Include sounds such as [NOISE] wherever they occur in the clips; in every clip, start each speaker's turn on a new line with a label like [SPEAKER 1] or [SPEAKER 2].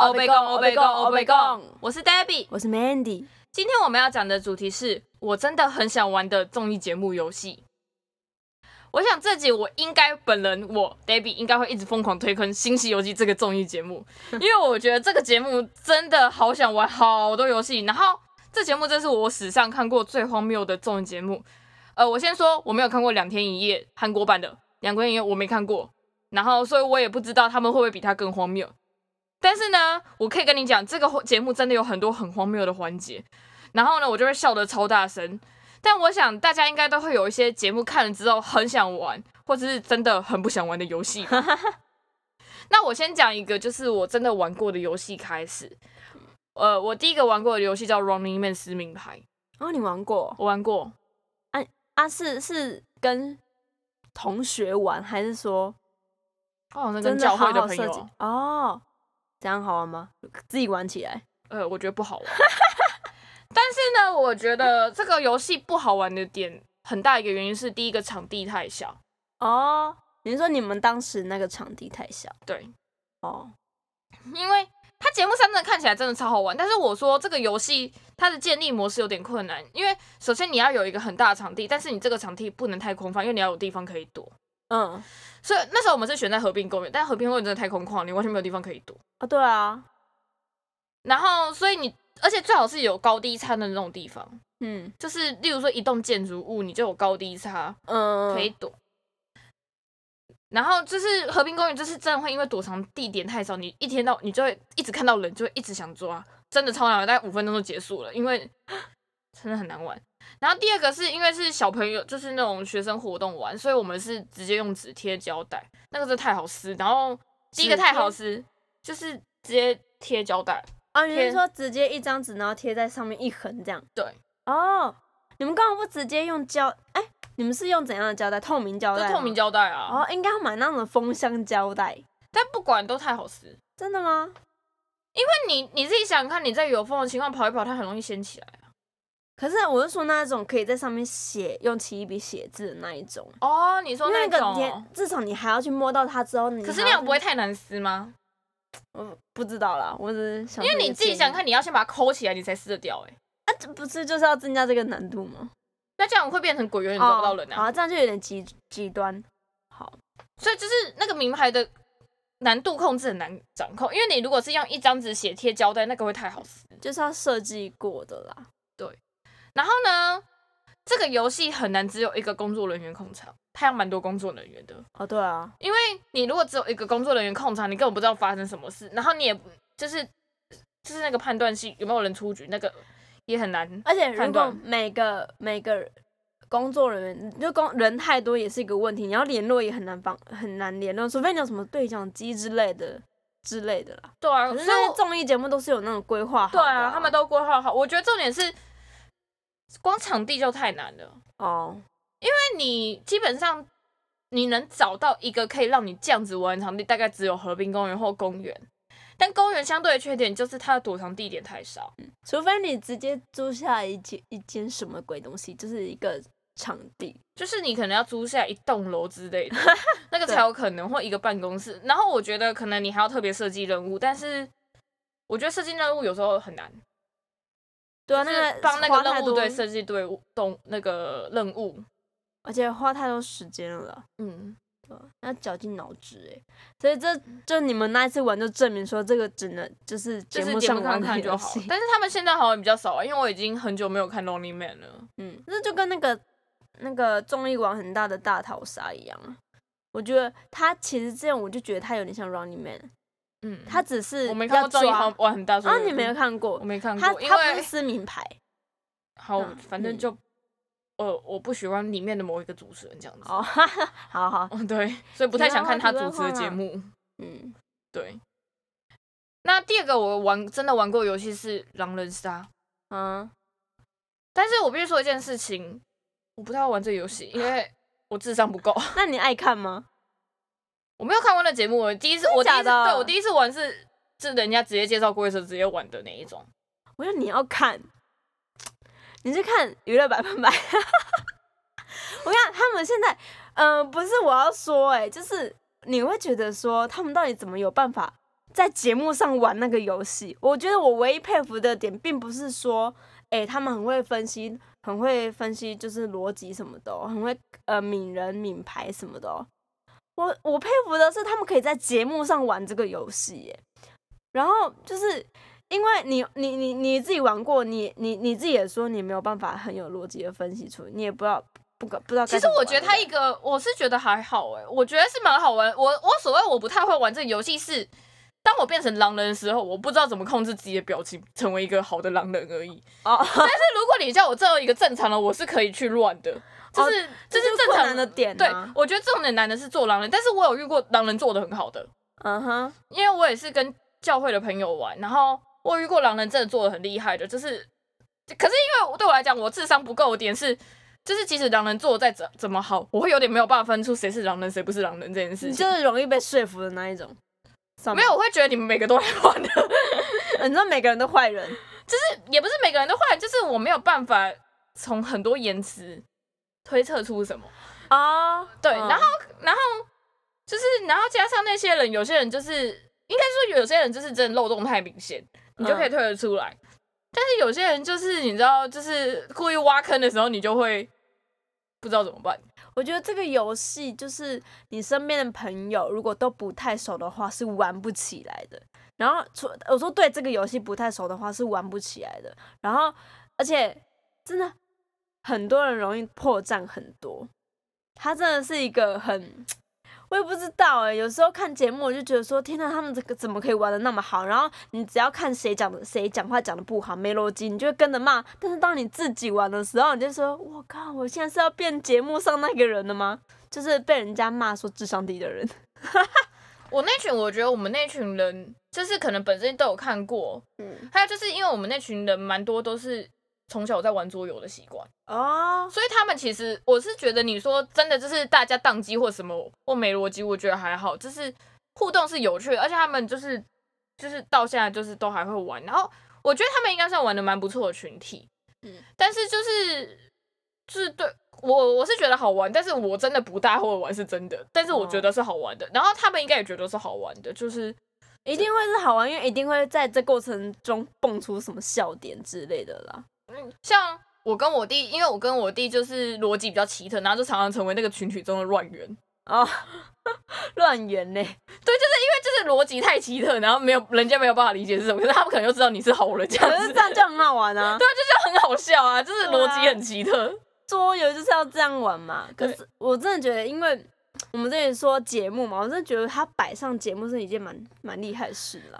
[SPEAKER 1] 欧贝贡，欧贝贡，欧贝贡
[SPEAKER 2] 欧贝贡。
[SPEAKER 1] 我是 Debbie，
[SPEAKER 2] 我是 Mandy，
[SPEAKER 1] 今天我们要讲的主题是我真的很想玩的综艺节目游戏。我想这集我应该本人我 Debbie 应该会一直疯狂推坑《新西游记》这个综艺节 [LAUGHS] 目，因为我觉得这个节目真的好想玩好多游戏。然后这节目真是我史上看过最荒谬的综艺节目。呃，我先说我没有看过《两天一夜》韩国版的《两天一夜》，我没看过，然后所以我也不知道他们会不会比它更荒谬。但是呢，我可以跟你讲，这个节目真的有很多很荒谬的环节。然后呢，我就会笑得超大声。但我想大家应该都会有一些节目看了之后很想玩，或者是真的很不想玩的游
[SPEAKER 2] [LAUGHS]
[SPEAKER 1] 戏吧。那我先讲一个，就是我真的玩过的游戏开始。呃，我第一个玩过的游戏叫《Running Man》撕名牌，
[SPEAKER 2] 哦，你玩过
[SPEAKER 1] 我玩过。
[SPEAKER 2] 啊？是是跟同学玩，还是说
[SPEAKER 1] 哦，那
[SPEAKER 2] 真
[SPEAKER 1] 跟
[SPEAKER 2] 的啊
[SPEAKER 1] 教
[SPEAKER 2] 好
[SPEAKER 1] 会的
[SPEAKER 2] 好
[SPEAKER 1] 朋
[SPEAKER 2] 设
[SPEAKER 1] 友，啊
[SPEAKER 2] 计？哦，这样好玩吗？自己玩起来，
[SPEAKER 1] 呃，我觉得不好玩。 [LAUGHS] 但是呢，我觉得这个游戏不好玩的点很大一个原因是，第一个场地太小，
[SPEAKER 2] 哦，你是说你们当时那个场地太小？
[SPEAKER 1] 对，
[SPEAKER 2] 哦，
[SPEAKER 1] 因为它节目上真的看起来真的超好玩，但是我说这个游戏它的建立模式有点困难，因为首先你要有一个很大的场地，但是你这个场地不能太空旷，因为你要有地方可以躲。
[SPEAKER 2] 嗯，
[SPEAKER 1] 所以那时候我们是选在河滨公园，但河滨公园真的太空旷，你完全没有地方可以躲。
[SPEAKER 2] 哦，对啊，
[SPEAKER 1] 然后，所以你而且最好是有高低差的那种地方，
[SPEAKER 2] 嗯
[SPEAKER 1] 就是例如说一栋建筑物，你就有高低差
[SPEAKER 2] 嗯，
[SPEAKER 1] 可以躲。然后就是和平公园，就是真的会因为躲藏地点太少，你一天到你就会一直看到人，就会一直想抓，真的超难玩，大概五分钟就结束了，因为真的很难玩。然后第二个是因为是小朋友，就是那种学生活动玩，所以我们是直接用纸贴胶带，那个真的太好撕。然后第一个
[SPEAKER 2] 纸
[SPEAKER 1] 太
[SPEAKER 2] 贴
[SPEAKER 1] 好撕，就是直接贴胶带，
[SPEAKER 2] 啊，你
[SPEAKER 1] 贴
[SPEAKER 2] 是说直接一张纸，然后贴在上面一横这样？
[SPEAKER 1] 对。
[SPEAKER 2] 哦，你们干嘛不直接用胶？哎、你们是用怎样的胶带？透明胶
[SPEAKER 1] 就
[SPEAKER 2] 带？
[SPEAKER 1] 透明。胶带啊。
[SPEAKER 2] 哦，应该要买那种封箱胶带。
[SPEAKER 1] 但不管都太好撕，
[SPEAKER 2] 真的吗？
[SPEAKER 1] 那你你自己想想看，你在有风的情况跑一跑，它很容易掀起来。
[SPEAKER 2] 可是我是说那种可以在上面写，用奇异笔写字的那一种。
[SPEAKER 1] 哦，你说
[SPEAKER 2] 因为
[SPEAKER 1] 种
[SPEAKER 2] 那个
[SPEAKER 1] 哦、
[SPEAKER 2] 你至少你还要去摸到它之后，你
[SPEAKER 1] 可是
[SPEAKER 2] 还
[SPEAKER 1] 那
[SPEAKER 2] 要
[SPEAKER 1] 样不会太难撕吗？
[SPEAKER 2] 我不知道啦，我只是想
[SPEAKER 1] 因为
[SPEAKER 2] 出一
[SPEAKER 1] 你
[SPEAKER 2] 个
[SPEAKER 1] 自己
[SPEAKER 2] 建
[SPEAKER 1] 想
[SPEAKER 2] 议，
[SPEAKER 1] 看，你要先把它抠起来，你才撕得掉、欸。哎，
[SPEAKER 2] 啊，这不是就是要增加这个难度吗？
[SPEAKER 1] 那这样会变成鬼永远抓不到人
[SPEAKER 2] 哦
[SPEAKER 1] 啊！
[SPEAKER 2] 好，这样就有点极极端。
[SPEAKER 1] 所以就是那个名牌的难度控制很难掌控，因为你如果是用一张纸写贴胶带，那个会太好撕。
[SPEAKER 2] 就是要设计过的啦。
[SPEAKER 1] 然后呢，这个游戏很难只有一个工作人员控场，它要蛮多工作人员的，
[SPEAKER 2] 哦，对啊，
[SPEAKER 1] 因为你如果只有一个工作人员控场，你根本不知道发生什么事，然后你也不就是就是那个判断性有没有人出局，那个也很难。
[SPEAKER 2] 而且
[SPEAKER 1] 判
[SPEAKER 2] 如果
[SPEAKER 1] 断
[SPEAKER 2] 每个每个工作人员就工人太多也是一个问题，你要联络也很难帮很难联络，除非你有什么对讲机之类的之类的啦。
[SPEAKER 1] 对啊，
[SPEAKER 2] 可是
[SPEAKER 1] 所以
[SPEAKER 2] 那
[SPEAKER 1] 我
[SPEAKER 2] 些综艺节目都是有那种规划好的、
[SPEAKER 1] 对啊，他们
[SPEAKER 2] 都
[SPEAKER 1] 都规划好。我觉得重点是，光场地就太难了。
[SPEAKER 2] 哦，
[SPEAKER 1] 那你基本上你能找到一个可以让你这样子玩的场地，大概只有河滨公园或公园。但公园相对的缺点就是它的躲藏地点太少。
[SPEAKER 2] 除非你直接租下一间一间什么鬼东西，就是一个场地。
[SPEAKER 1] 就是你可能要租下一栋楼之
[SPEAKER 2] [LAUGHS]
[SPEAKER 1] 类的，那个才有可能，或一个办公室。然后我觉得可能你还要特别设计任务，但是我觉得设计任务有时候很难，
[SPEAKER 2] 对啊，
[SPEAKER 1] 就
[SPEAKER 2] 那
[SPEAKER 1] 是
[SPEAKER 2] 个
[SPEAKER 1] 帮那
[SPEAKER 2] 花
[SPEAKER 1] 个
[SPEAKER 2] 太
[SPEAKER 1] 任务
[SPEAKER 2] 多，
[SPEAKER 1] 队设计队伍动那个任务，
[SPEAKER 2] 而且花太多时间了啦。
[SPEAKER 1] 嗯，
[SPEAKER 2] 对啊要绞尽脑汁哎，所以这就你们那一次玩就证明说，这个只能就是
[SPEAKER 1] 就
[SPEAKER 2] 节
[SPEAKER 1] 是
[SPEAKER 2] 目
[SPEAKER 1] 节目
[SPEAKER 2] 上
[SPEAKER 1] 上
[SPEAKER 2] 玩
[SPEAKER 1] 看
[SPEAKER 2] 的
[SPEAKER 1] 就
[SPEAKER 2] 游
[SPEAKER 1] 好
[SPEAKER 2] 戏
[SPEAKER 1] 了。。但是他们现在好像比较少啊，因为我已经很久没有看 Lonely Man 了。
[SPEAKER 2] 嗯，那就跟那个那个综艺王很大的大逃杀一样啊。我觉得他其实这样，我就觉得他有点像 Running Man，
[SPEAKER 1] 嗯，
[SPEAKER 2] 他只是
[SPEAKER 1] 我没看过
[SPEAKER 2] 要
[SPEAKER 1] 综艺
[SPEAKER 2] 抓
[SPEAKER 1] 好玩很大，所以
[SPEAKER 2] 啊，
[SPEAKER 1] 我
[SPEAKER 2] 你没有
[SPEAKER 1] 不？
[SPEAKER 2] 看过
[SPEAKER 1] 我？没看
[SPEAKER 2] 他
[SPEAKER 1] 过，因
[SPEAKER 2] 他不是
[SPEAKER 1] 为
[SPEAKER 2] 撕名牌
[SPEAKER 1] 好，
[SPEAKER 2] 嗯
[SPEAKER 1] 反正就呃，我不喜欢里面的某一个主持人这样子。
[SPEAKER 2] 哦， [LAUGHS] 哈哈，好好，
[SPEAKER 1] 嗯，对，所以不太想看他主持的
[SPEAKER 2] 题外话
[SPEAKER 1] 节目。
[SPEAKER 2] 嗯，
[SPEAKER 1] 对。那第二个我玩真的玩过游戏是狼人杀，
[SPEAKER 2] 嗯，
[SPEAKER 1] 但是我必须说一件事情，我不太会玩这个游戏，因为我智商不够，
[SPEAKER 2] 那你爱看吗？
[SPEAKER 1] 我没有看过那节目。我第一次，我第一
[SPEAKER 2] 假
[SPEAKER 1] 次，
[SPEAKER 2] 的
[SPEAKER 1] 对我第一次玩是是人家直接介绍规则直接玩的那一种。
[SPEAKER 2] 我觉得你要看，你是看娱乐百 [LAUGHS] 分百。我看他们现在，呃嗯、不是我要说、欸，哎，就是你会觉得说他们到底怎么有办法在节目上玩那个游戏。我觉得我唯一佩服的点，并不是说，诶、他们很会分析，很会分析，就是逻辑什么的哦、很会呃抿人抿牌什么的、哦。我我佩服的是，他们可以在节目上玩这个游戏耶。然后就是因为你你你你自己玩过，你你你自己也说你没有办法很有逻辑的分析出，你也不知道不不知道该
[SPEAKER 1] 其
[SPEAKER 2] 怎
[SPEAKER 1] 实
[SPEAKER 2] 么
[SPEAKER 1] 我
[SPEAKER 2] 玩。
[SPEAKER 1] 觉得它
[SPEAKER 2] 对
[SPEAKER 1] 一
[SPEAKER 2] 不对
[SPEAKER 1] 个，我是觉得还好哎、我觉得是蛮好玩。我我所谓我不太会玩这个游戏是，当我变成狼人的时候，我不知道怎么控制自己的表情，成为一个好的狼人而已。
[SPEAKER 2] 哦，
[SPEAKER 1] 但是如果你叫我这样一个正常人，我是可以去乱的，就是、
[SPEAKER 2] 哦这
[SPEAKER 1] 这
[SPEAKER 2] 就是是
[SPEAKER 1] 正
[SPEAKER 2] 困
[SPEAKER 1] 常
[SPEAKER 2] 难的点
[SPEAKER 1] 对
[SPEAKER 2] 啊，
[SPEAKER 1] 我觉得重点难的是做狼人，但是我有遇过狼人做的很好的，
[SPEAKER 2] 嗯哼，
[SPEAKER 1] 因为我也是跟教会的朋友玩，然后我遇过狼人真的做的很厉害的，就是，可是因为对我来讲，我智商不够的点是，就是即使狼人做的再怎怎么好，我会有点没有办法分出谁是狼人谁不是狼人这件事
[SPEAKER 2] 你
[SPEAKER 1] 情
[SPEAKER 2] 就。是容易被说服的那一种。上
[SPEAKER 1] 没有，我会觉得你们每个都在玩的， [LAUGHS]
[SPEAKER 2] 班，你知道每个人都坏人，
[SPEAKER 1] 也不是每个人都坏，就是我没有办法从很多言辞推测出什么。
[SPEAKER 2] 啊、
[SPEAKER 1] 对，
[SPEAKER 2] 嗯
[SPEAKER 1] 然后然后就是，然后加上那些人，有些人就是应该说有些人就是真的漏洞太明显，你就可以推得出来。但是有些人就是你知道，就是故意挖坑的时候，你就会不知道怎么办。
[SPEAKER 2] 我觉得这个游戏就是你身边的朋友如果都不太熟的话是玩不起来的。然后除我说对这个游戏不太熟的话是玩不起来的。然后而且真的很多人容易破绽很多，它真的是一个很。我也不知道哎、有时候看节目我就觉得说，天呐，他们这个怎么可以玩的那么好？然后你只要看谁讲的，谁讲话讲的不好，没逻辑，你就会跟着骂。但是当你自己玩的时候，你就说，我靠，我现在是要变节目上那个人了吗？ [LAUGHS] 就是被人家骂说智商低的人。
[SPEAKER 1] 我那群，我觉得我们那群人就是可能本身都有看过，
[SPEAKER 2] 嗯，
[SPEAKER 1] 还有就是因为我们那群人蛮多都是从小有在玩桌游的习惯，
[SPEAKER 2] 哦，
[SPEAKER 1] 所以他们其实我是觉得你说真的就是大家宕机或什么或没逻辑，我觉得还好，就是互动是有趣的，而且他们就是就是到现在就是都还会玩，然后我觉得他们应该算玩的蛮不错的群体，
[SPEAKER 2] 嗯
[SPEAKER 1] 嗯，但是就是就是对。我我是觉得好玩，但是我真的不大会玩，是真的。但是我觉得是好玩的，然后他们应该也觉得是好玩的，就是
[SPEAKER 2] 一定会是好玩，因为一定会在这过程中蹦出什么笑点之类的啦。
[SPEAKER 1] 像我跟我弟，因为我跟我弟就是逻辑比较奇特，然后就常常成为那个群体中的乱源。
[SPEAKER 2] 哦， [LAUGHS] 乱圆嘞，
[SPEAKER 1] 就是逻辑太奇特，然后没有人家没有办法理解是什么，可是他们可能就知道你是好人这样
[SPEAKER 2] 可是
[SPEAKER 1] 子，
[SPEAKER 2] 这样就很好玩啊。
[SPEAKER 1] 就很好笑啊，就是
[SPEAKER 2] 对啊
[SPEAKER 1] 逻辑很奇特。
[SPEAKER 2] 桌游就是要这样玩嘛。可
[SPEAKER 1] 对
[SPEAKER 2] 是我真的觉得，因为我们之前说节目嘛，我真的觉得它摆上节目是一件蛮蛮厉害的事啦。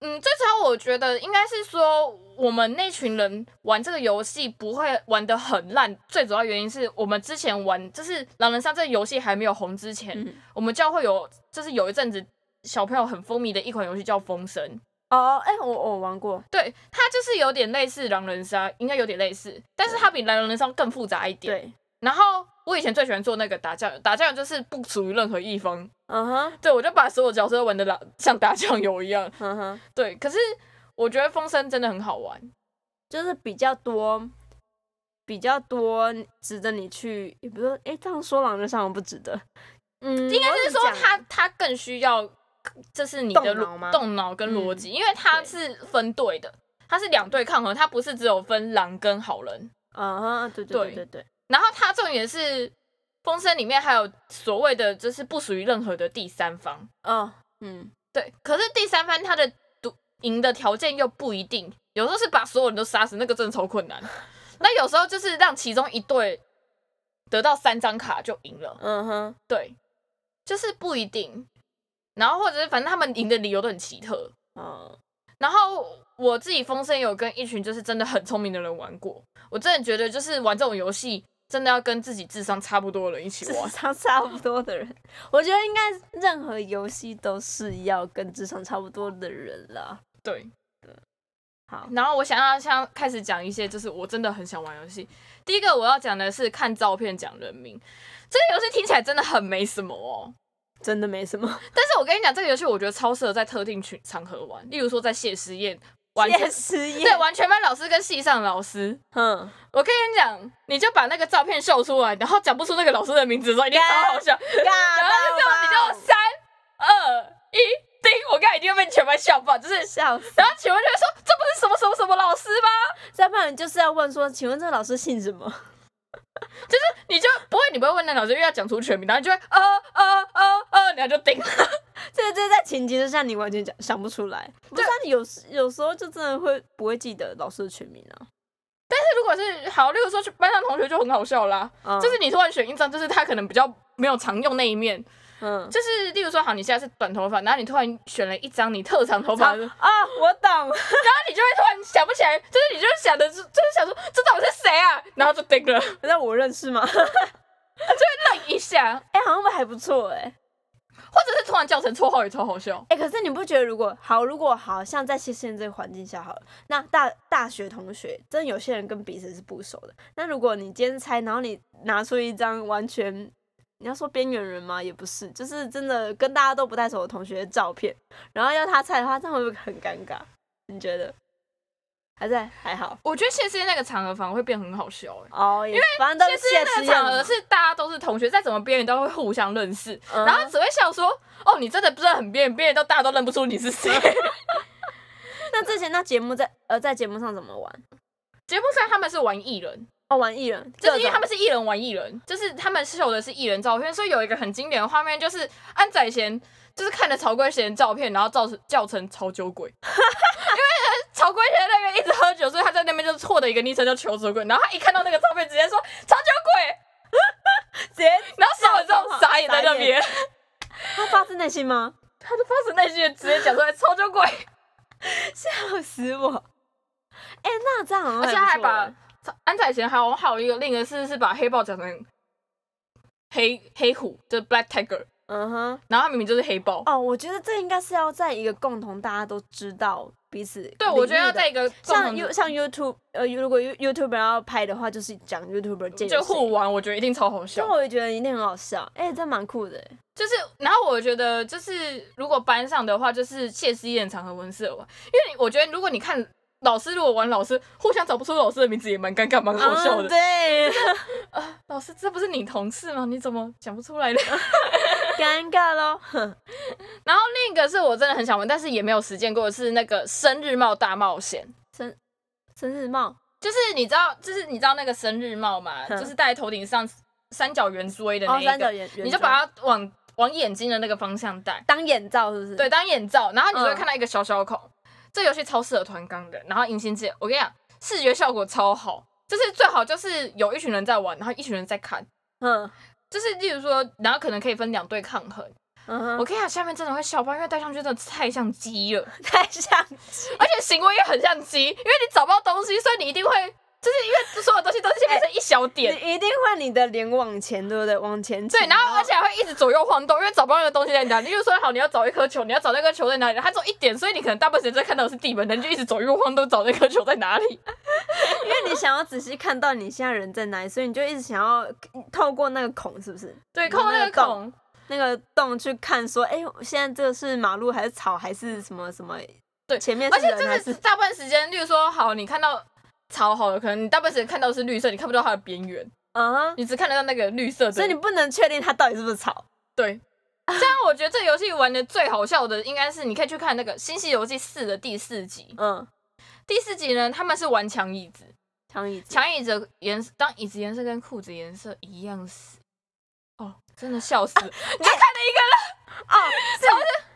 [SPEAKER 1] 嗯，最少我觉得应该是说，我们那群人玩这个游戏不会玩的很烂，最主要原因是我们之前玩就是狼人杀这个游戏还没有红之前，
[SPEAKER 2] 嗯
[SPEAKER 1] 我们教会有就是有一阵子小朋友很风靡的一款游戏叫《风声》，
[SPEAKER 2] 哦，哎、我我玩过，
[SPEAKER 1] 对，它就是有点类似狼人杀，应该有点类似，但是它比狼人杀更复杂一点。
[SPEAKER 2] 对，
[SPEAKER 1] 然后我以前最喜欢做那个打酱油，打酱油就是不属于任何一方，
[SPEAKER 2] 嗯哼，
[SPEAKER 1] 对我就把所有角色都玩的像打酱油一样。
[SPEAKER 2] 嗯哼，
[SPEAKER 1] 对，可是我觉得风声真的很好玩，
[SPEAKER 2] 就是比较多。比较多值得你去，也不是哎、这样说狼人杀好像不值得，嗯，
[SPEAKER 1] 应该
[SPEAKER 2] 我
[SPEAKER 1] 是
[SPEAKER 2] 怎么
[SPEAKER 1] 说
[SPEAKER 2] 讲
[SPEAKER 1] 它它更需要就是你的
[SPEAKER 2] 动脑吗嗯
[SPEAKER 1] 逻动脑跟逻辑，因为它
[SPEAKER 2] 对
[SPEAKER 1] 是分队的，它是两队抗衡，它不是只有分狼跟好人。
[SPEAKER 2] 嗯哼，对对对
[SPEAKER 1] 对
[SPEAKER 2] 对对，
[SPEAKER 1] 然后它重点是风声里面还有所谓的就是不属于任何的第三方，
[SPEAKER 2] 哦，嗯，
[SPEAKER 1] 对，可是第三番他的赌赢的条件又不一定，有时候是把所有人都杀死，那个真的超困难。那有时候就是让其中一队得到三张卡就赢了，
[SPEAKER 2] 嗯哼，
[SPEAKER 1] 对，就是不一定。然后或者是反正他们赢的理由都很奇特。
[SPEAKER 2] 哦，
[SPEAKER 1] 然后我自己风声有跟一群就是真的很聪明的人玩过，我真的觉得就是玩这种游戏真的要跟自己智商差不多的人一起
[SPEAKER 2] 智
[SPEAKER 1] 玩。
[SPEAKER 2] 商差不多的人，我觉得应该任何游戏都是要跟智商差不多的人啦。
[SPEAKER 1] 对，
[SPEAKER 2] 好，
[SPEAKER 1] 然后我想要像开始讲一些，就是我真的很想玩游戏。第一个我要讲的是看照片讲人名，这个游戏听起来真的很没什么哦。
[SPEAKER 2] 真的没什么。
[SPEAKER 1] 但是我跟你讲，这个游戏我觉得超适合在特定群场合玩，例如说在谢师宴 [LAUGHS] 完全
[SPEAKER 2] 也失业
[SPEAKER 1] 对，完全班老师跟系上老师。
[SPEAKER 2] 嗯，
[SPEAKER 1] 我跟你讲，你就把那个照片秀出来，然后讲不出那个老师的名字的时候，一定超好笑。
[SPEAKER 2] 尬
[SPEAKER 1] 然后就这样，你就
[SPEAKER 2] 到
[SPEAKER 1] 三二一，丁，我刚才一定会被全班笑爆，就是，
[SPEAKER 2] 笑死！
[SPEAKER 1] 然后请问就会说这不是什么什么什么老师吗？
[SPEAKER 2] 再不然就是要问说，请问这老师姓什么？ [LAUGHS]
[SPEAKER 1] 你就不会，你不会问那老师，因为要讲出全名，然后你就会呃呃呃呃，然后 [LAUGHS] 就丁了。
[SPEAKER 2] 这个这个在情节之下，你完全讲想不出来。不是啊，你有时有时候就真的会不会记得老师的全名啊？
[SPEAKER 1] 但如果是好，例如说去班上同学就很好笑啦，
[SPEAKER 2] 嗯
[SPEAKER 1] 就是你突然选一张，就是他可能比较没有常用那一面，
[SPEAKER 2] 嗯，
[SPEAKER 1] 就是例如说好，你现在是短头发，然后你突然选了一张你特长头
[SPEAKER 2] [LAUGHS]
[SPEAKER 1] 发，
[SPEAKER 2] 啊
[SPEAKER 1] 然后
[SPEAKER 2] 啊，我懂。 [LAUGHS]
[SPEAKER 1] 你就会突然想不起来，就是你就想的是，就是想说这到底是谁啊，然后就叮了，
[SPEAKER 2] 那我认识吗？ [LAUGHS]
[SPEAKER 1] 愣一下，
[SPEAKER 2] 哎、好像还不错哎、
[SPEAKER 1] 或者是突然叫成绰号也超好笑。
[SPEAKER 2] 哎、可是你不觉得如果好，如果好像在现现在这个环境下好了，那大大学同学真的有些人跟彼此是不熟的。那如果你今天猜，然后你拿出一张完全你要说边缘人吗？也不是，就是真的跟大家都不太熟的同学的照片，然后要他猜的话，这样会不会很尴尬？你觉得？还在还好
[SPEAKER 1] 我觉得谢师那个场合反而会变很好笑、欸，
[SPEAKER 2] 哦，因为反正都
[SPEAKER 1] 谢
[SPEAKER 2] 是
[SPEAKER 1] 师
[SPEAKER 2] 现
[SPEAKER 1] 那
[SPEAKER 2] 实
[SPEAKER 1] 个
[SPEAKER 2] 演
[SPEAKER 1] 场合是大家都是同学，再怎么边缘都会互相认识，
[SPEAKER 2] 嗯
[SPEAKER 1] 然后只会笑说：“哦，你真的不是很边缘，边缘到大家都认不出你是谁。”
[SPEAKER 2] 嗯那之前那节目在呃在节目上怎么玩？
[SPEAKER 1] [LAUGHS] 节目上他们是玩艺人，
[SPEAKER 2] 哦，玩艺人，
[SPEAKER 1] 就
[SPEAKER 2] 各
[SPEAKER 1] 是因为
[SPEAKER 2] 种
[SPEAKER 1] 他们是艺人玩艺人，就是他们秀的是艺人照片，所以有一个很经典的画面就是安宰贤就是看着曹圭贤的照片，然后造成叫成曹酒鬼， [LAUGHS] 因为曹圭贤在那边一直喝酒，所以他在那边就获得一个昵称叫求酒鬼，然后他一看到那个照片，直接说曹酒鬼，
[SPEAKER 2] 直接
[SPEAKER 1] 然后笑了之后傻眼在那边，
[SPEAKER 2] 他发自内心吗？
[SPEAKER 1] 他就发自内心的直接讲出来曹酒鬼，
[SPEAKER 2] 笑死我！哎、那这样好像
[SPEAKER 1] [LAUGHS] 而且他还
[SPEAKER 2] 不错
[SPEAKER 1] 把
[SPEAKER 2] 欸
[SPEAKER 1] 曹安宰贤还有还有一个另一个是是把黑豹讲成黑黑虎，就是 Black Tiger。
[SPEAKER 2] 嗯哼
[SPEAKER 1] 然后他明明就是黑豹，
[SPEAKER 2] 哦，我觉得这应该是要在一个共同大家都知道彼此
[SPEAKER 1] 对，
[SPEAKER 2] 领
[SPEAKER 1] 我觉
[SPEAKER 2] 域
[SPEAKER 1] 得要
[SPEAKER 2] 的
[SPEAKER 1] 在一个共
[SPEAKER 2] 像
[SPEAKER 1] 同
[SPEAKER 2] You 像 YouTube 呃，如果 You YouTuber 要拍的话，就是讲 YouTuber 这
[SPEAKER 1] 就互玩，我觉得一定超好
[SPEAKER 2] 但
[SPEAKER 1] 笑。
[SPEAKER 2] 我也觉得一定很好笑，哎、这蛮酷的欸。
[SPEAKER 1] 啊就是，然后我觉得就是，如果班上的话，就是谢师宴场和文社玩，因为你我觉得如果你看老师如果玩老师，互相找不出老师的名字也蛮尴尬，蛮好笑
[SPEAKER 2] 嗯
[SPEAKER 1] 的。
[SPEAKER 2] 对， [LAUGHS]
[SPEAKER 1] 啊，老师，这不是你同事吗？你怎么讲不出来呢？
[SPEAKER 2] 尴尬咯。哼
[SPEAKER 1] 然后另一个是我真的很想玩，但是也没有实践过的是那个生日帽大冒险。
[SPEAKER 2] 生生日帽，
[SPEAKER 1] 就是你知道，就是你知道那个生日帽嘛，
[SPEAKER 2] 哼
[SPEAKER 1] 就是戴头顶上三角圆锥的那
[SPEAKER 2] 哦，
[SPEAKER 1] 一
[SPEAKER 2] 三
[SPEAKER 1] 个，
[SPEAKER 2] 角圆，圆
[SPEAKER 1] 你就
[SPEAKER 2] 状
[SPEAKER 1] 把它往往眼睛的那个方向戴。
[SPEAKER 2] 当眼罩，是不是？
[SPEAKER 1] 对，，当眼罩，然后你就会
[SPEAKER 2] 嗯
[SPEAKER 1] 看到一个小小孔。这游戏超适合团钢的，然后隐形界，我跟你讲，视觉效果超好，就是最好就是有一群人在玩，然后一群人在看，
[SPEAKER 2] 嗯
[SPEAKER 1] 就是例如说，然后可能可以分两队抗衡。
[SPEAKER 2] 嗯哼，
[SPEAKER 1] 我跟你讲，下面真的会笑爆，因为戴上去真的太像鸡了，
[SPEAKER 2] 太像
[SPEAKER 1] 而且行为也很像鸡，因为你找不到东西，所以你一定会，就是因为所有东西都是变成一小点。
[SPEAKER 2] 你一定会你的脸往前，对不对？往前倾
[SPEAKER 1] 对，然后而且还会一直左右晃动，因为找不到那个东西在哪里。例如说，好，你要找一颗球，你要找那颗球在哪里，它只有一点，所以你可能大部分时间在看到的是地板，然后你就一直左右晃动找那颗球在哪
[SPEAKER 2] [LAUGHS]
[SPEAKER 1] 里。
[SPEAKER 2] 因为 [LAUGHS] 你想要仔细看到你现在人在哪里，所以你就一直想要透过那个孔，是不是？
[SPEAKER 1] 对，靠那
[SPEAKER 2] 那
[SPEAKER 1] 个
[SPEAKER 2] 个
[SPEAKER 1] 孔，
[SPEAKER 2] 那个洞去看，说，哎，现在这个是马路还是草还是什么什么？
[SPEAKER 1] 对
[SPEAKER 2] 前面
[SPEAKER 1] 而
[SPEAKER 2] 是啊
[SPEAKER 1] 且
[SPEAKER 2] 人还
[SPEAKER 1] 就是
[SPEAKER 2] 是
[SPEAKER 1] 大部分时间，例如说，好，你看到草好了，可能你大部分时间看到的是绿色，你看不到它的边缘，
[SPEAKER 2] 嗯哼，
[SPEAKER 1] 你只看得到那个绿色的。
[SPEAKER 2] 所以你不能确定它到底是不是草。
[SPEAKER 1] 对。 [LAUGHS] 这样我觉得这游戏玩的最好笑的应该是，你可以去看那个《新西游记四》的第四集。
[SPEAKER 2] 嗯，
[SPEAKER 1] 第四集呢，他们是玩抢椅子，
[SPEAKER 2] 长椅子，
[SPEAKER 1] 抢椅子的颜色，当椅子颜色跟裤子颜色一样时，哦，真的笑
[SPEAKER 2] 啊
[SPEAKER 1] 死！你就看那
[SPEAKER 2] 哦，是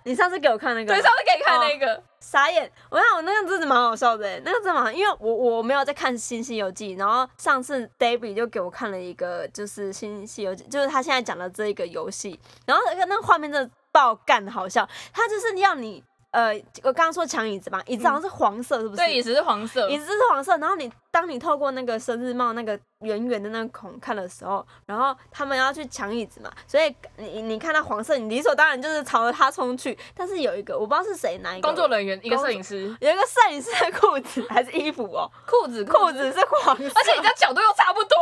[SPEAKER 2] 你上次给我看那
[SPEAKER 1] 一个，
[SPEAKER 2] 个吗，
[SPEAKER 1] 对，上次给你看
[SPEAKER 2] 哦
[SPEAKER 1] 那个，
[SPEAKER 2] 傻眼！我看我那个真的蛮好笑的欸，那个真的蛮好，因为我我没有在看《新西游记》，然后上次 Davy 就给我看了一个，就是《新西游记》，就是他现在讲的这一个游戏，然后那个那个画面真的爆干好笑，他就是要你呃，我刚刚说抢椅子嘛，椅子好像是黄色，是不是？
[SPEAKER 1] 嗯对，椅子是黄色，
[SPEAKER 2] 椅子是黄色，然后你当你透过那个生日帽那个圆圆的那个孔看的时候，然后他们要去抢椅子嘛，所以你你看到黄色，你理所当然就是朝着他冲去，但是有一个我不知道是谁哪一个
[SPEAKER 1] 工作人员一个
[SPEAKER 2] 工作
[SPEAKER 1] 摄影师，
[SPEAKER 2] 有一个摄影师的裤子还是衣服哦，
[SPEAKER 1] 裤子
[SPEAKER 2] 裤，子是黄色，
[SPEAKER 1] 而且你的角度又差不多，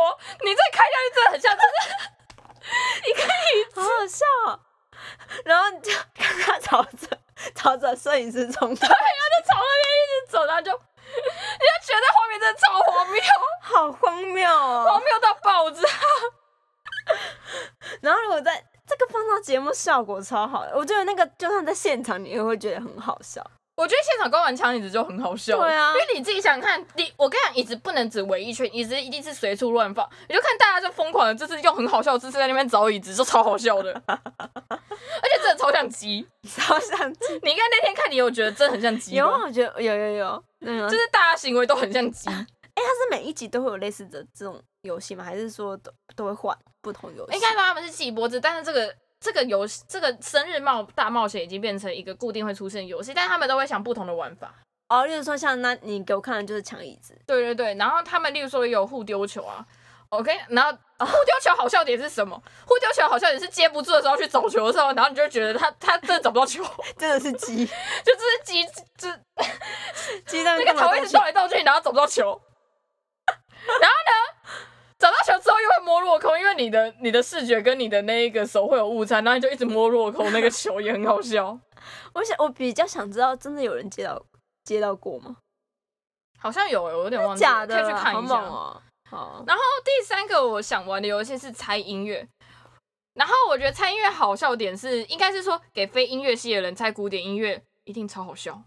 [SPEAKER 1] 你这看下去真的很像，就是
[SPEAKER 2] 好好笑哦、然后你就看他朝着朝着摄影师冲去，
[SPEAKER 1] 在朝那边一直走，然后就， [LAUGHS] 你就觉得画面真的超荒谬，
[SPEAKER 2] 好荒谬
[SPEAKER 1] 荒
[SPEAKER 2] 哦。
[SPEAKER 1] 谬到爆炸。
[SPEAKER 2] 然后如果在这个放到节目效果超好的，我觉得那个就算在现场你也会觉得很好笑。
[SPEAKER 1] 我觉得现场光玩枪椅子就很好笑，
[SPEAKER 2] 对啊
[SPEAKER 1] 因为你自己想看，你我跟你讲，椅子不能只围一圈，椅子一定是随处乱放，你就看大家就疯狂的，就是用很好笑的姿势在那边找椅子，就超好
[SPEAKER 2] [LAUGHS]
[SPEAKER 1] 笑的，而且真的超像鸡。
[SPEAKER 2] 超想
[SPEAKER 1] 你应该那天看，你有觉得真的很像鸡
[SPEAKER 2] 有啊，
[SPEAKER 1] 吗？
[SPEAKER 2] 我觉得有有有，嗯，
[SPEAKER 1] 就
[SPEAKER 2] 就是
[SPEAKER 1] 是大家行为都很
[SPEAKER 2] [LAUGHS]
[SPEAKER 1] 像鸡，应
[SPEAKER 2] 是每一集都会有类似的这种游戏吗？还是说都都会换不同游戏？
[SPEAKER 1] 该说他们是细脖子，但是这个。这个游戏，这个生日冒大冒险已经变成一个固定会出现的游戏，但他们都会想不同的玩法。
[SPEAKER 2] 哦，例如说像那你给我看的就是抢椅子，
[SPEAKER 1] 对对对，然后他们例如说有互丢球啊，OK，然后哦互丢球好笑点是什么？互丢球好笑点是接不住的时候去找球的时候，然后你就会觉得他他真的找不到球， [LAUGHS] 就
[SPEAKER 2] 真的是鸡
[SPEAKER 1] 是鸡这
[SPEAKER 2] [LAUGHS] 鸡蛋
[SPEAKER 1] 那个头一直动来动去，然后找不到球，然后呢？找到球之后又会摸落空，因为你的你的视觉跟你的那一个手会有误差，然后你就一直摸落空，那个球也很好笑。
[SPEAKER 2] 我想我比较想知道，真的有人接到接到过吗？
[SPEAKER 1] 好像有诶、欸我有点忘记了，
[SPEAKER 2] 假的
[SPEAKER 1] 哦可以
[SPEAKER 2] 啦，
[SPEAKER 1] 去看
[SPEAKER 2] 好
[SPEAKER 1] 一下。
[SPEAKER 2] 猛哦！好，
[SPEAKER 1] 然后第三个我想玩的游戏是猜音乐，然后我觉得猜音乐好笑点是，应该是说给非音乐系的人猜古典音乐一定超好笑，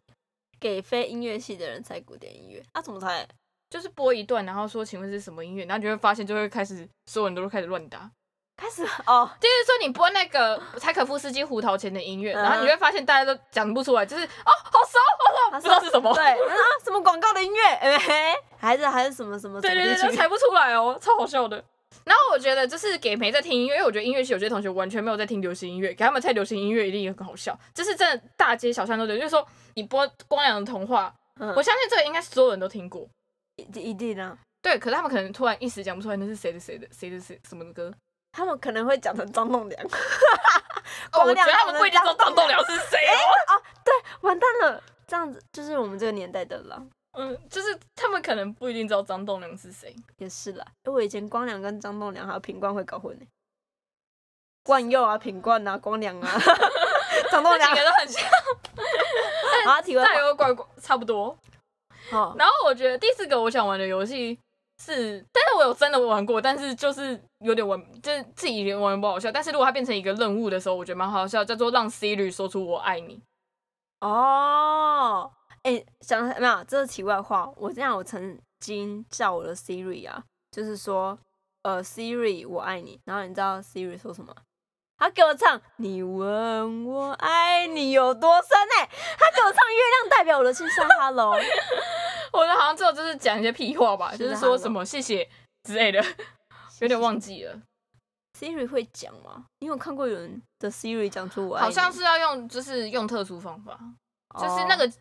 [SPEAKER 2] 给非音乐系的人猜古典音乐，啊，怎么猜？
[SPEAKER 1] 就是播一段，然后说请问是什么音乐，然后你就会发现就会开始所有人都开始乱答，
[SPEAKER 2] 开始 [LAUGHS] 哦，
[SPEAKER 1] 就是说你播那个柴可夫斯基《胡桃钳》的音乐，
[SPEAKER 2] 嗯
[SPEAKER 1] 然后你会发现大家都讲不出来，就是哦好熟，哦
[SPEAKER 2] 他
[SPEAKER 1] 不知
[SPEAKER 2] 说
[SPEAKER 1] 道是什么，
[SPEAKER 2] 对，然后啊，什么广告的音乐， [LAUGHS] 哎、还是还是什么什
[SPEAKER 1] [LAUGHS]
[SPEAKER 2] 么什
[SPEAKER 1] 对
[SPEAKER 2] 么
[SPEAKER 1] 对
[SPEAKER 2] 地
[SPEAKER 1] 对，都
[SPEAKER 2] 区？
[SPEAKER 1] 猜不出来哦，超好笑的。然后我觉得就是给没在听音乐，因为我觉得音乐系有些同学完全没有在听流行音乐，给他们猜流行音乐一定也很好笑。这是真的，大街小巷都有。就是说，你播《光良的童话》
[SPEAKER 2] 嗯
[SPEAKER 1] 我相信这个应该所有人都听过。
[SPEAKER 2] 一一定啊，
[SPEAKER 1] 对，可是他们可能突然一时讲不出来那是谁的谁的谁的谁什么的歌。
[SPEAKER 2] 他们可能会讲成张栋梁，
[SPEAKER 1] 哦，我
[SPEAKER 2] 光
[SPEAKER 1] 觉
[SPEAKER 2] 良
[SPEAKER 1] 得他们不一定知道张栋梁是谁 [LAUGHS] 哦。
[SPEAKER 2] [LAUGHS] 完蛋了，这样子就是我们这个年代的了，
[SPEAKER 1] 嗯，就是他们可能不一定知道张栋梁是谁。
[SPEAKER 2] 也是啦。因为我以前光良跟张栋梁还有品冠会搞混呢、冠佑啊，品冠啊，光良啊， [LAUGHS] 张栋
[SPEAKER 1] 这
[SPEAKER 2] 梁
[SPEAKER 1] 几个都 [LAUGHS] 很像，
[SPEAKER 2] 啊，体会
[SPEAKER 1] 大有怪怪，差不多。
[SPEAKER 2] 好，
[SPEAKER 1] 然后我觉得第四个我想玩的游戏是，但是我有真的玩过，但是就是有点玩，就是自己有点玩不好笑。但是如果它变成一个任务的时候，我觉得蛮好笑，叫做让 Siri 说出我爱你。 [LAUGHS]
[SPEAKER 2] 哦，哎、想没有？这是题外话。我这样，我曾经叫我的 Siri 啊，就是说，呃，Siri，我爱你。然后你知道 Siri 说什么？他给我唱《你问我爱你有多深》哎，他给我唱《月亮代表我的心上》，Hello，
[SPEAKER 1] 我觉得好像最后就是讲一些屁话吧，
[SPEAKER 2] 是
[SPEAKER 1] 就
[SPEAKER 2] 的
[SPEAKER 1] 是说什么谢谢之类的， [LAUGHS] 有点忘记了，
[SPEAKER 2] Siri 会讲吗？你有看过有人的 Siri 讲出我爱你？
[SPEAKER 1] 好像是要用就是用特殊方法，
[SPEAKER 2] 哦，
[SPEAKER 1] 就是那个，就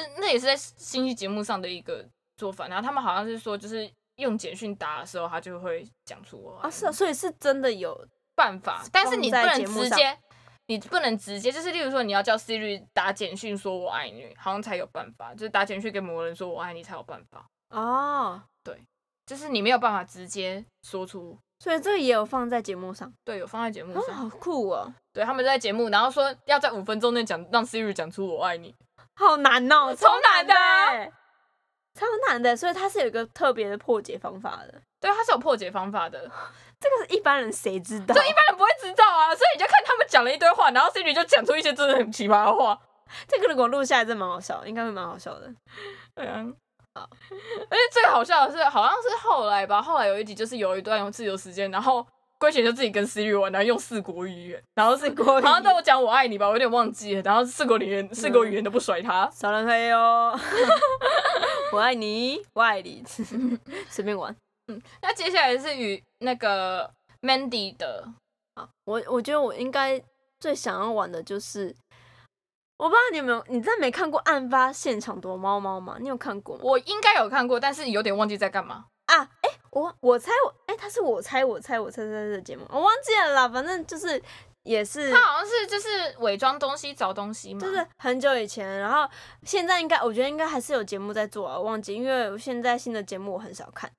[SPEAKER 1] 是那也是在新剧节目上的一个做法。然后他们好像是说，就是用简讯打的时候，他就会讲出我爱
[SPEAKER 2] 啊，
[SPEAKER 1] 你
[SPEAKER 2] 是啊，所以是真的有
[SPEAKER 1] 办法，但是你不
[SPEAKER 2] 在
[SPEAKER 1] 能
[SPEAKER 2] 节目
[SPEAKER 1] 直
[SPEAKER 2] 上
[SPEAKER 1] 接，你不能直接，就是例如说你要叫 Siri 打简讯说我爱你，好像才有办法，就是打简讯给某个人说我爱你才有办法，
[SPEAKER 2] 哦，
[SPEAKER 1] 就是你没有办法直接说出。
[SPEAKER 2] 所以这个也有放在节目上，
[SPEAKER 1] 对，有放在节目
[SPEAKER 2] 哦，
[SPEAKER 1] 上，
[SPEAKER 2] 好酷哦，
[SPEAKER 1] 对他们在节目，然后说要在五分钟内讲让 Siri 讲出我爱你，
[SPEAKER 2] 好难哦，
[SPEAKER 1] 超难的啊
[SPEAKER 2] 欸，超难的，所以它是有一个特别的破解方法的。
[SPEAKER 1] 对，它是有破解方法的，
[SPEAKER 2] 这个是一般人谁知道？
[SPEAKER 1] 对，一般人不会知道啊，所以你就看他们讲了一堆话，然后 Siri 就讲出一些真的很奇葩的话，
[SPEAKER 2] 这个如果录下来，真蛮好笑的，应该会蛮好笑的。
[SPEAKER 1] 对啊， [LAUGHS] 而且最好笑的是，好像是后来吧，后来有一集就是有一段有自由时间，然后龟贤就自己跟 Siri 玩，然后用四国语言，然后是
[SPEAKER 2] 国语
[SPEAKER 1] 好像都有讲我爱你吧，我有点忘记了，然后四国语言四国语言都不甩他，
[SPEAKER 2] 小人黑哦，我爱你，我爱你，随便玩。
[SPEAKER 1] 嗯那接下来是与那个 Mandy 的，
[SPEAKER 2] 好，我我觉得我应该最想要玩的就是，我不知道你有没有，你真的没看过《案发现场躲猫猫》吗？你有看过吗？
[SPEAKER 1] 我应该有看过，但是有点忘记在干嘛。
[SPEAKER 2] 啊，哎、我我猜我，哎、他是我猜我猜我猜猜猜的节目，我忘记了啦，反正就是也是
[SPEAKER 1] 他好像是就是伪装东西找东西嘛，
[SPEAKER 2] 就是很久以前，然后现在应该我觉得应该还是有节目在做啊，我忘记，因为我现在新的节目我很少看。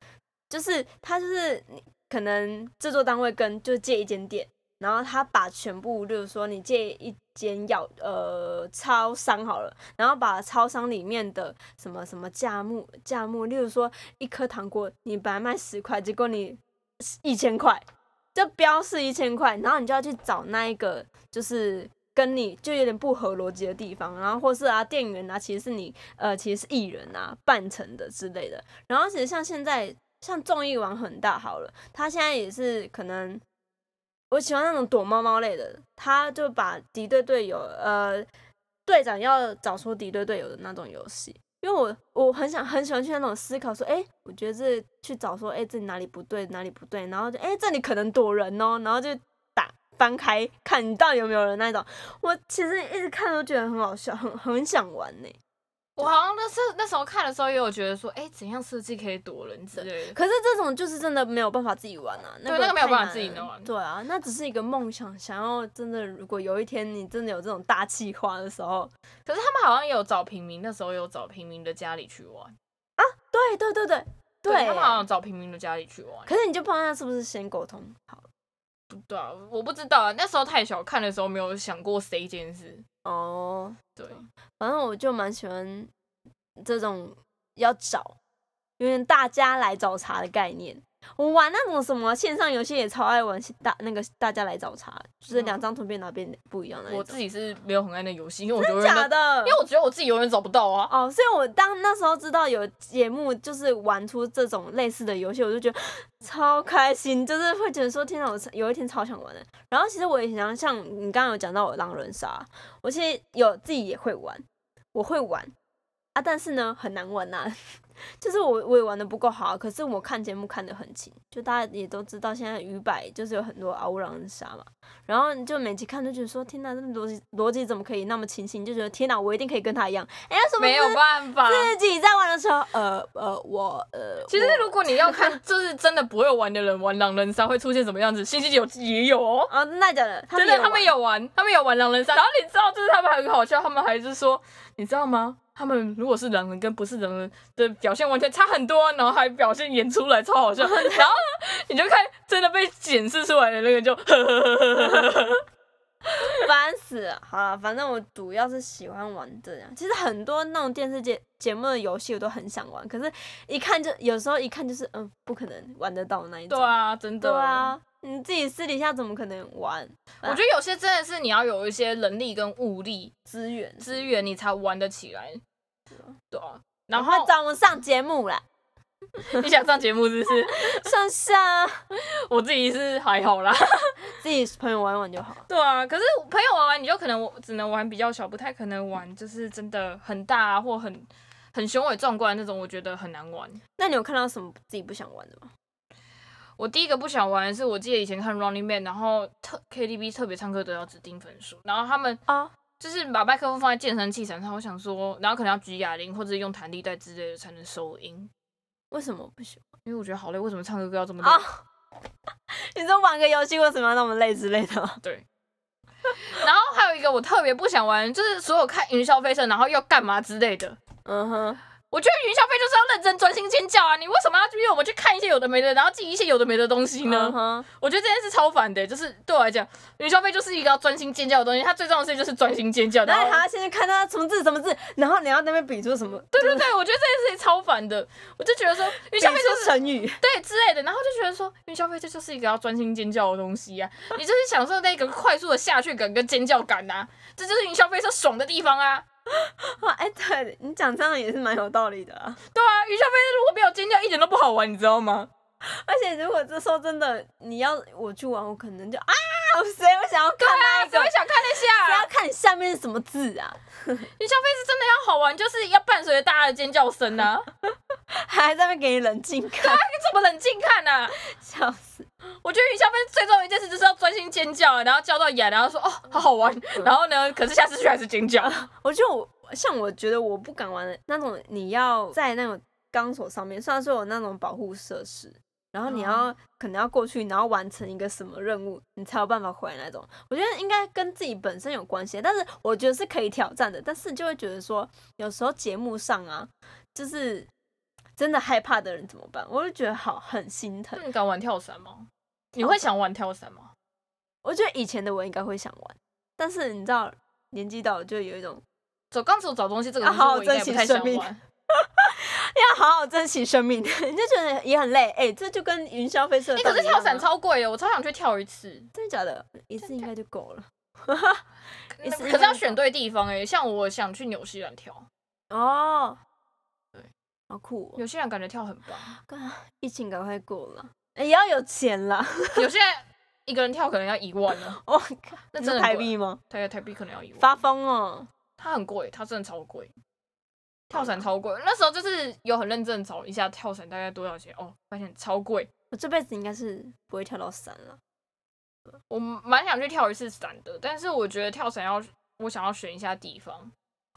[SPEAKER 2] 就是他就是你可能制作单位跟就借一间店，然后他把全部，例如说你借一间药呃超商好了，然后把超商里面的什么什么价目价目，例如说一颗糖果你本来卖十块，结果你一千块。就标示一千块，然后你就要去找那一个就是跟你就有点不合逻辑的地方，然后或是啊店员啊，其实是你呃其实是艺人啊扮成的之类的。然后其实像现在像综艺网很大好了，他现在也是可能。我喜欢那种躲猫猫类的，他就把敌对队友，呃，队长要找出敌对队友的那种游戏，因为我我很想很喜欢去那种思考说，哎、我觉得这去找说，哎、这里哪里不对，哪里不对，然后就哎、这里可能躲人哦，然后就打翻开看你到底有没有人那种，我其实一直看都觉得很好笑，很很想玩呢、
[SPEAKER 1] 我好像那是那时候看的时候也有觉得说，哎、怎样设计可以躲人之类的。
[SPEAKER 2] 可是这种就是真的没有办法自己玩啊，那
[SPEAKER 1] 对那个没有
[SPEAKER 2] 太
[SPEAKER 1] 办法
[SPEAKER 2] 难
[SPEAKER 1] 自己
[SPEAKER 2] 了
[SPEAKER 1] 弄啊
[SPEAKER 2] 对啊，那只是一个梦想，想要真的，如果有一天你真的有这种大气化的时候，
[SPEAKER 1] 可是他们好像也有找平民，那时候有找平民的家里去玩，
[SPEAKER 2] 对对对对对
[SPEAKER 1] 他们好像有找平民的家里去玩。
[SPEAKER 2] 可是你就不知道那是不是先沟通好了
[SPEAKER 1] 对啊，我不知道啊，那时候太小，看的时候没有想过谁这件事。
[SPEAKER 2] 哦。
[SPEAKER 1] 对，
[SPEAKER 2] 反正我就蛮喜欢这种要找，有点大家来找茬的概念。我玩那种什么线上游戏也超爱玩大那个大家来找茬，就是
[SPEAKER 1] 嗯
[SPEAKER 2] 两张图片哪边不一样的那
[SPEAKER 1] 我
[SPEAKER 2] 种。
[SPEAKER 1] 自己是没有很爱那游戏，因为我觉得永远
[SPEAKER 2] 假
[SPEAKER 1] 都
[SPEAKER 2] 的，
[SPEAKER 1] 因为我觉得我自己永远找不到
[SPEAKER 2] [LAUGHS]
[SPEAKER 1] 啊。
[SPEAKER 2] 哦，所以我当那时候知道有节目就是玩出这种类似的游戏，我就觉得超开心，就是会觉得说天哪，我有一天超想玩的。然后其实我也想像你刚刚有讲到我狼人杀，我其实有自己也会玩，我会玩啊，但是呢很难玩呐、 [LAUGHS] 就是我我也玩的不够好啊，可是我看节目看得很勤，就大家也都知道现在鱼百就是有很多熬狼人杀嘛，然后你就每集看就觉得说天哪，这逻辑逻辑怎么可以那么清晰？你就觉得天哪，我一定可以跟他一样。哎、什么
[SPEAKER 1] 没有办法。
[SPEAKER 2] 自己在玩的时候，呃呃，我呃，
[SPEAKER 1] 其实
[SPEAKER 2] 我
[SPEAKER 1] 如果你要看，就是真的不会玩的人玩狼人杀会出现什么样子，星期九也有哦。
[SPEAKER 2] 啊，那假的，他
[SPEAKER 1] 真
[SPEAKER 2] 们
[SPEAKER 1] 的，
[SPEAKER 2] 有
[SPEAKER 1] 他们
[SPEAKER 2] 玩
[SPEAKER 1] 有玩，他们有玩狼人杀。然后你知道，就是他们很好笑，他们还是说，你知道吗？他们如果是狼人跟不是狼人的表现完全差很多，然后还表现演出来超好
[SPEAKER 2] [LAUGHS]
[SPEAKER 1] 笑。然后你就看真的被检视出来的那个就呵 [LAUGHS] 呵呵呵呵呵呵。
[SPEAKER 2] 烦死了。好了，反正我主要是喜欢玩这样。其实很多那种电视节节目的游戏我都很想玩，可是一看就有时候一看就是嗯，不可能玩得到那一种。
[SPEAKER 1] 对，啊，真的。
[SPEAKER 2] 对，啊，你自己私底下怎么可能玩
[SPEAKER 1] 我觉得有些真的是你要有一些能力跟物力
[SPEAKER 2] 资源？
[SPEAKER 1] 资源，你才玩得起来。对啊，然
[SPEAKER 2] 我会
[SPEAKER 1] 后
[SPEAKER 2] 找我上节目 [LAUGHS] 啦，
[SPEAKER 1] 你想上节目是不是？ [LAUGHS]
[SPEAKER 2] 上下
[SPEAKER 1] 我自己是还好啦。
[SPEAKER 2] 自己朋友玩玩就好。
[SPEAKER 1] 对啊，可是朋友玩玩，你就可能我只能玩比较小，不太可能玩就是真的很大、啊、或很很雄伟壮观那种，我觉得很难玩。
[SPEAKER 2] 那你有看到什么自己不想玩的吗？
[SPEAKER 1] 我第一个不想玩的是，我记得以前看 Running Man，然后特 KTV 特别唱歌都要指定分数，然后他们
[SPEAKER 2] 啊，
[SPEAKER 1] 就是把麦克风放在健身器材上，我想说，然后可能要举哑铃或者用弹力带之类的才能收音，
[SPEAKER 2] 为什么不喜欢？
[SPEAKER 1] 因为我觉得好累，为什么唱歌歌要这么累？
[SPEAKER 2] 啊 [LAUGHS] 你说玩个游戏为什么要那么累之类的吗？
[SPEAKER 1] 对。然后还有一个我特别不想玩，就是所有看云霄飞车，然后要干嘛之类的。
[SPEAKER 2] 嗯哼，
[SPEAKER 1] 我觉得云霄飞就是要认真专心尖叫啊！你为什么要约我们去看一些有的没的，然后记一些有的没的东西呢
[SPEAKER 2] 嗯？哼，
[SPEAKER 1] 我觉得这件事超烦的、就是对我来讲，云霄飞就是一个要专心尖叫的东西，它最重要的事就是专心尖叫。然
[SPEAKER 2] 然
[SPEAKER 1] 后
[SPEAKER 2] 后还要先去看他什么字什么字，然后你要在那边比出什么，
[SPEAKER 1] 对对对，我觉得这件事情超烦的，我就觉得说
[SPEAKER 2] 比
[SPEAKER 1] 云霄飞就
[SPEAKER 2] 出
[SPEAKER 1] 是
[SPEAKER 2] 成 [LAUGHS] 语，
[SPEAKER 1] 对之类的，然后就觉得说云霄飞这就是一个要专心尖叫的东西啊，你就是享受那个快速的下去感跟尖叫感啊，这就是云霄飞车爽的地方啊。
[SPEAKER 2] 哇，哎，对你讲这样也是蛮有道理的啊。
[SPEAKER 1] 对啊，云霄飞车如果没有尖叫，一点都不好玩，你知道吗？
[SPEAKER 2] 而且如果这时候真的你要我去玩，我可能就啊，谁会想要看那一
[SPEAKER 1] 谁
[SPEAKER 2] 个？
[SPEAKER 1] 哎会
[SPEAKER 2] 谁
[SPEAKER 1] 想看那些
[SPEAKER 2] [LAUGHS]
[SPEAKER 1] 啊？
[SPEAKER 2] 要看你下面是什么字啊？ [LAUGHS]
[SPEAKER 1] 云霄飞是真的要好玩，就是要伴随着大家的尖叫声 [LAUGHS] 啊！
[SPEAKER 2] 还在那边给你冷静看， [LAUGHS]
[SPEAKER 1] 你怎么冷静看啊？
[SPEAKER 2] 笑死！
[SPEAKER 1] 我觉得云霄飞最重要一件事就是要专心尖叫，然后叫到眼，然后说哦好好玩，然后呢，可是下次去还是尖叫。
[SPEAKER 2] 我就我像我觉得我不敢玩的那种，你要在那种钢索上面，虽然说有那种保护设施，然后你要、可能要过去，然后完成一个什么任务，你才有办法回来那种。我觉得应该跟自己本身有关系，但是我觉得是可以挑战的，但是就会觉得说，有时候节目上啊，就是真的害怕的人怎么办？我就觉得好很心疼
[SPEAKER 1] 那。你敢玩嗯跳伞吗？你会想玩跳伞吗？
[SPEAKER 2] 我觉得以前的我应该会想玩，但是你知道，年纪到了就有一种
[SPEAKER 1] 走钢索找东西这个
[SPEAKER 2] 啊
[SPEAKER 1] 东西，
[SPEAKER 2] 好
[SPEAKER 1] 我应该不太想
[SPEAKER 2] 珍惜
[SPEAKER 1] 玩。
[SPEAKER 2] 要哎好好珍惜生命，你 [LAUGHS] 就觉得也很累。哎、这就跟云霄飞车的
[SPEAKER 1] 你
[SPEAKER 2] 道
[SPEAKER 1] 哎可
[SPEAKER 2] 理
[SPEAKER 1] 是
[SPEAKER 2] 一样啊。
[SPEAKER 1] 跳伞超贵的，我超想去跳一次。
[SPEAKER 2] 真的假的？一次应该就够了。一次
[SPEAKER 1] 可
[SPEAKER 2] 应
[SPEAKER 1] 是
[SPEAKER 2] 该
[SPEAKER 1] 要选对地方哎、像我想去纽西兰 [LAUGHS] 跳，
[SPEAKER 2] 哦，
[SPEAKER 1] 对，
[SPEAKER 2] 好酷、哦！
[SPEAKER 1] 纽西兰感觉跳很棒。
[SPEAKER 2] 疫情赶快过了，哎也要有钱啦。
[SPEAKER 1] 有些一个人跳可能要一万呢，
[SPEAKER 2] 我靠，
[SPEAKER 1] 那
[SPEAKER 2] 你说
[SPEAKER 1] 真的
[SPEAKER 2] 台
[SPEAKER 1] 贵啊
[SPEAKER 2] 币吗？
[SPEAKER 1] 台台币可能要一万。
[SPEAKER 2] 发疯哦！
[SPEAKER 1] 它很贵，它真的超贵，跳
[SPEAKER 2] 啊
[SPEAKER 1] 伞超贵。那时候就是有很认真找一下跳伞大概多少钱，哦，发现超贵。
[SPEAKER 2] 我这辈子应该是不会跳到伞了。
[SPEAKER 1] 我蛮想去跳一次伞的，但是我觉得跳伞要我想要选一下地方，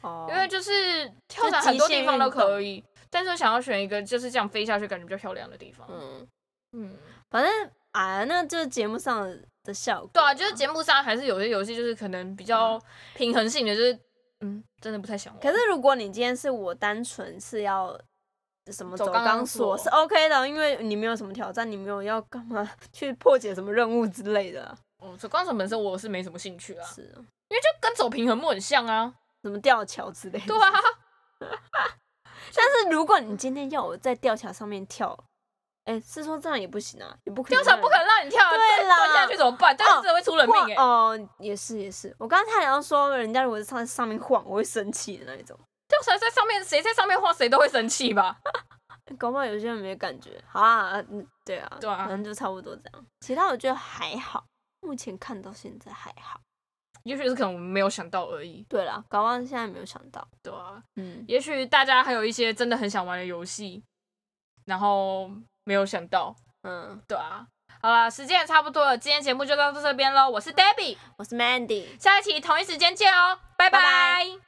[SPEAKER 2] 哦，
[SPEAKER 1] 因为就是跳
[SPEAKER 2] 就
[SPEAKER 1] 伞很
[SPEAKER 2] 极
[SPEAKER 1] 多
[SPEAKER 2] 限
[SPEAKER 1] 地方
[SPEAKER 2] 运
[SPEAKER 1] 都
[SPEAKER 2] 动
[SPEAKER 1] 可以，但是我想要选一个就是这样飞下去感觉比较漂亮的地方。
[SPEAKER 2] 嗯，
[SPEAKER 1] 嗯，
[SPEAKER 2] 反正啊，那就是节目上的效果。
[SPEAKER 1] 对啊，就是节目上还是有些游戏就是可能比较平衡性的，就是嗯，真的不太想
[SPEAKER 2] 嗯
[SPEAKER 1] 玩。
[SPEAKER 2] 可是如果你今天是我单纯是要什么
[SPEAKER 1] 走
[SPEAKER 2] 走
[SPEAKER 1] 钢
[SPEAKER 2] 钢
[SPEAKER 1] 索
[SPEAKER 2] 索是 OK 的，因为你没有什么挑战，你没有要干嘛 [LAUGHS] 去破解什么任务之类的啊、
[SPEAKER 1] 哦，走钢索本身我是没什么兴趣啊，
[SPEAKER 2] 是啊
[SPEAKER 1] 因为就跟走平衡木很
[SPEAKER 2] [LAUGHS]
[SPEAKER 1] 像啊。
[SPEAKER 2] 什么吊桥之类的。
[SPEAKER 1] 对啊，
[SPEAKER 2] 但是如果你今天要我在吊桥上面跳，哎、是说这样也不行啊，也不可能
[SPEAKER 1] 吊
[SPEAKER 2] 让
[SPEAKER 1] 桥
[SPEAKER 2] 人。
[SPEAKER 1] 不可能让你跳啊，
[SPEAKER 2] 对
[SPEAKER 1] 断
[SPEAKER 2] 啦
[SPEAKER 1] 断下去怎么办？但是真的会出人
[SPEAKER 2] 晃
[SPEAKER 1] 命哎、
[SPEAKER 2] 哦，也是也是，我刚才想要说，人家如果在上上面晃，我会生气的那一种。
[SPEAKER 1] 吊桥在上面，谁在上面晃，谁都会生气吧？
[SPEAKER 2] 搞不好有些人没感觉。好啊，嗯对啊，
[SPEAKER 1] 对啊
[SPEAKER 2] 反正就差不多这样。其他我觉得还好，目前看到现在还好。
[SPEAKER 1] 也许是可能我们没有想到而已，
[SPEAKER 2] 对啦，搞忘现在没有想到。
[SPEAKER 1] 对啊。
[SPEAKER 2] 嗯，
[SPEAKER 1] 也许大家还有一些真的很想玩的游戏，然后没有想到，
[SPEAKER 2] 嗯，
[SPEAKER 1] 对啊。好啦，时间也差不多了，今天节目就到这边喽。我是 Debbie，
[SPEAKER 2] 我是 Mandy。
[SPEAKER 1] 下一期同一时间见哦，拜
[SPEAKER 2] 拜
[SPEAKER 1] 拜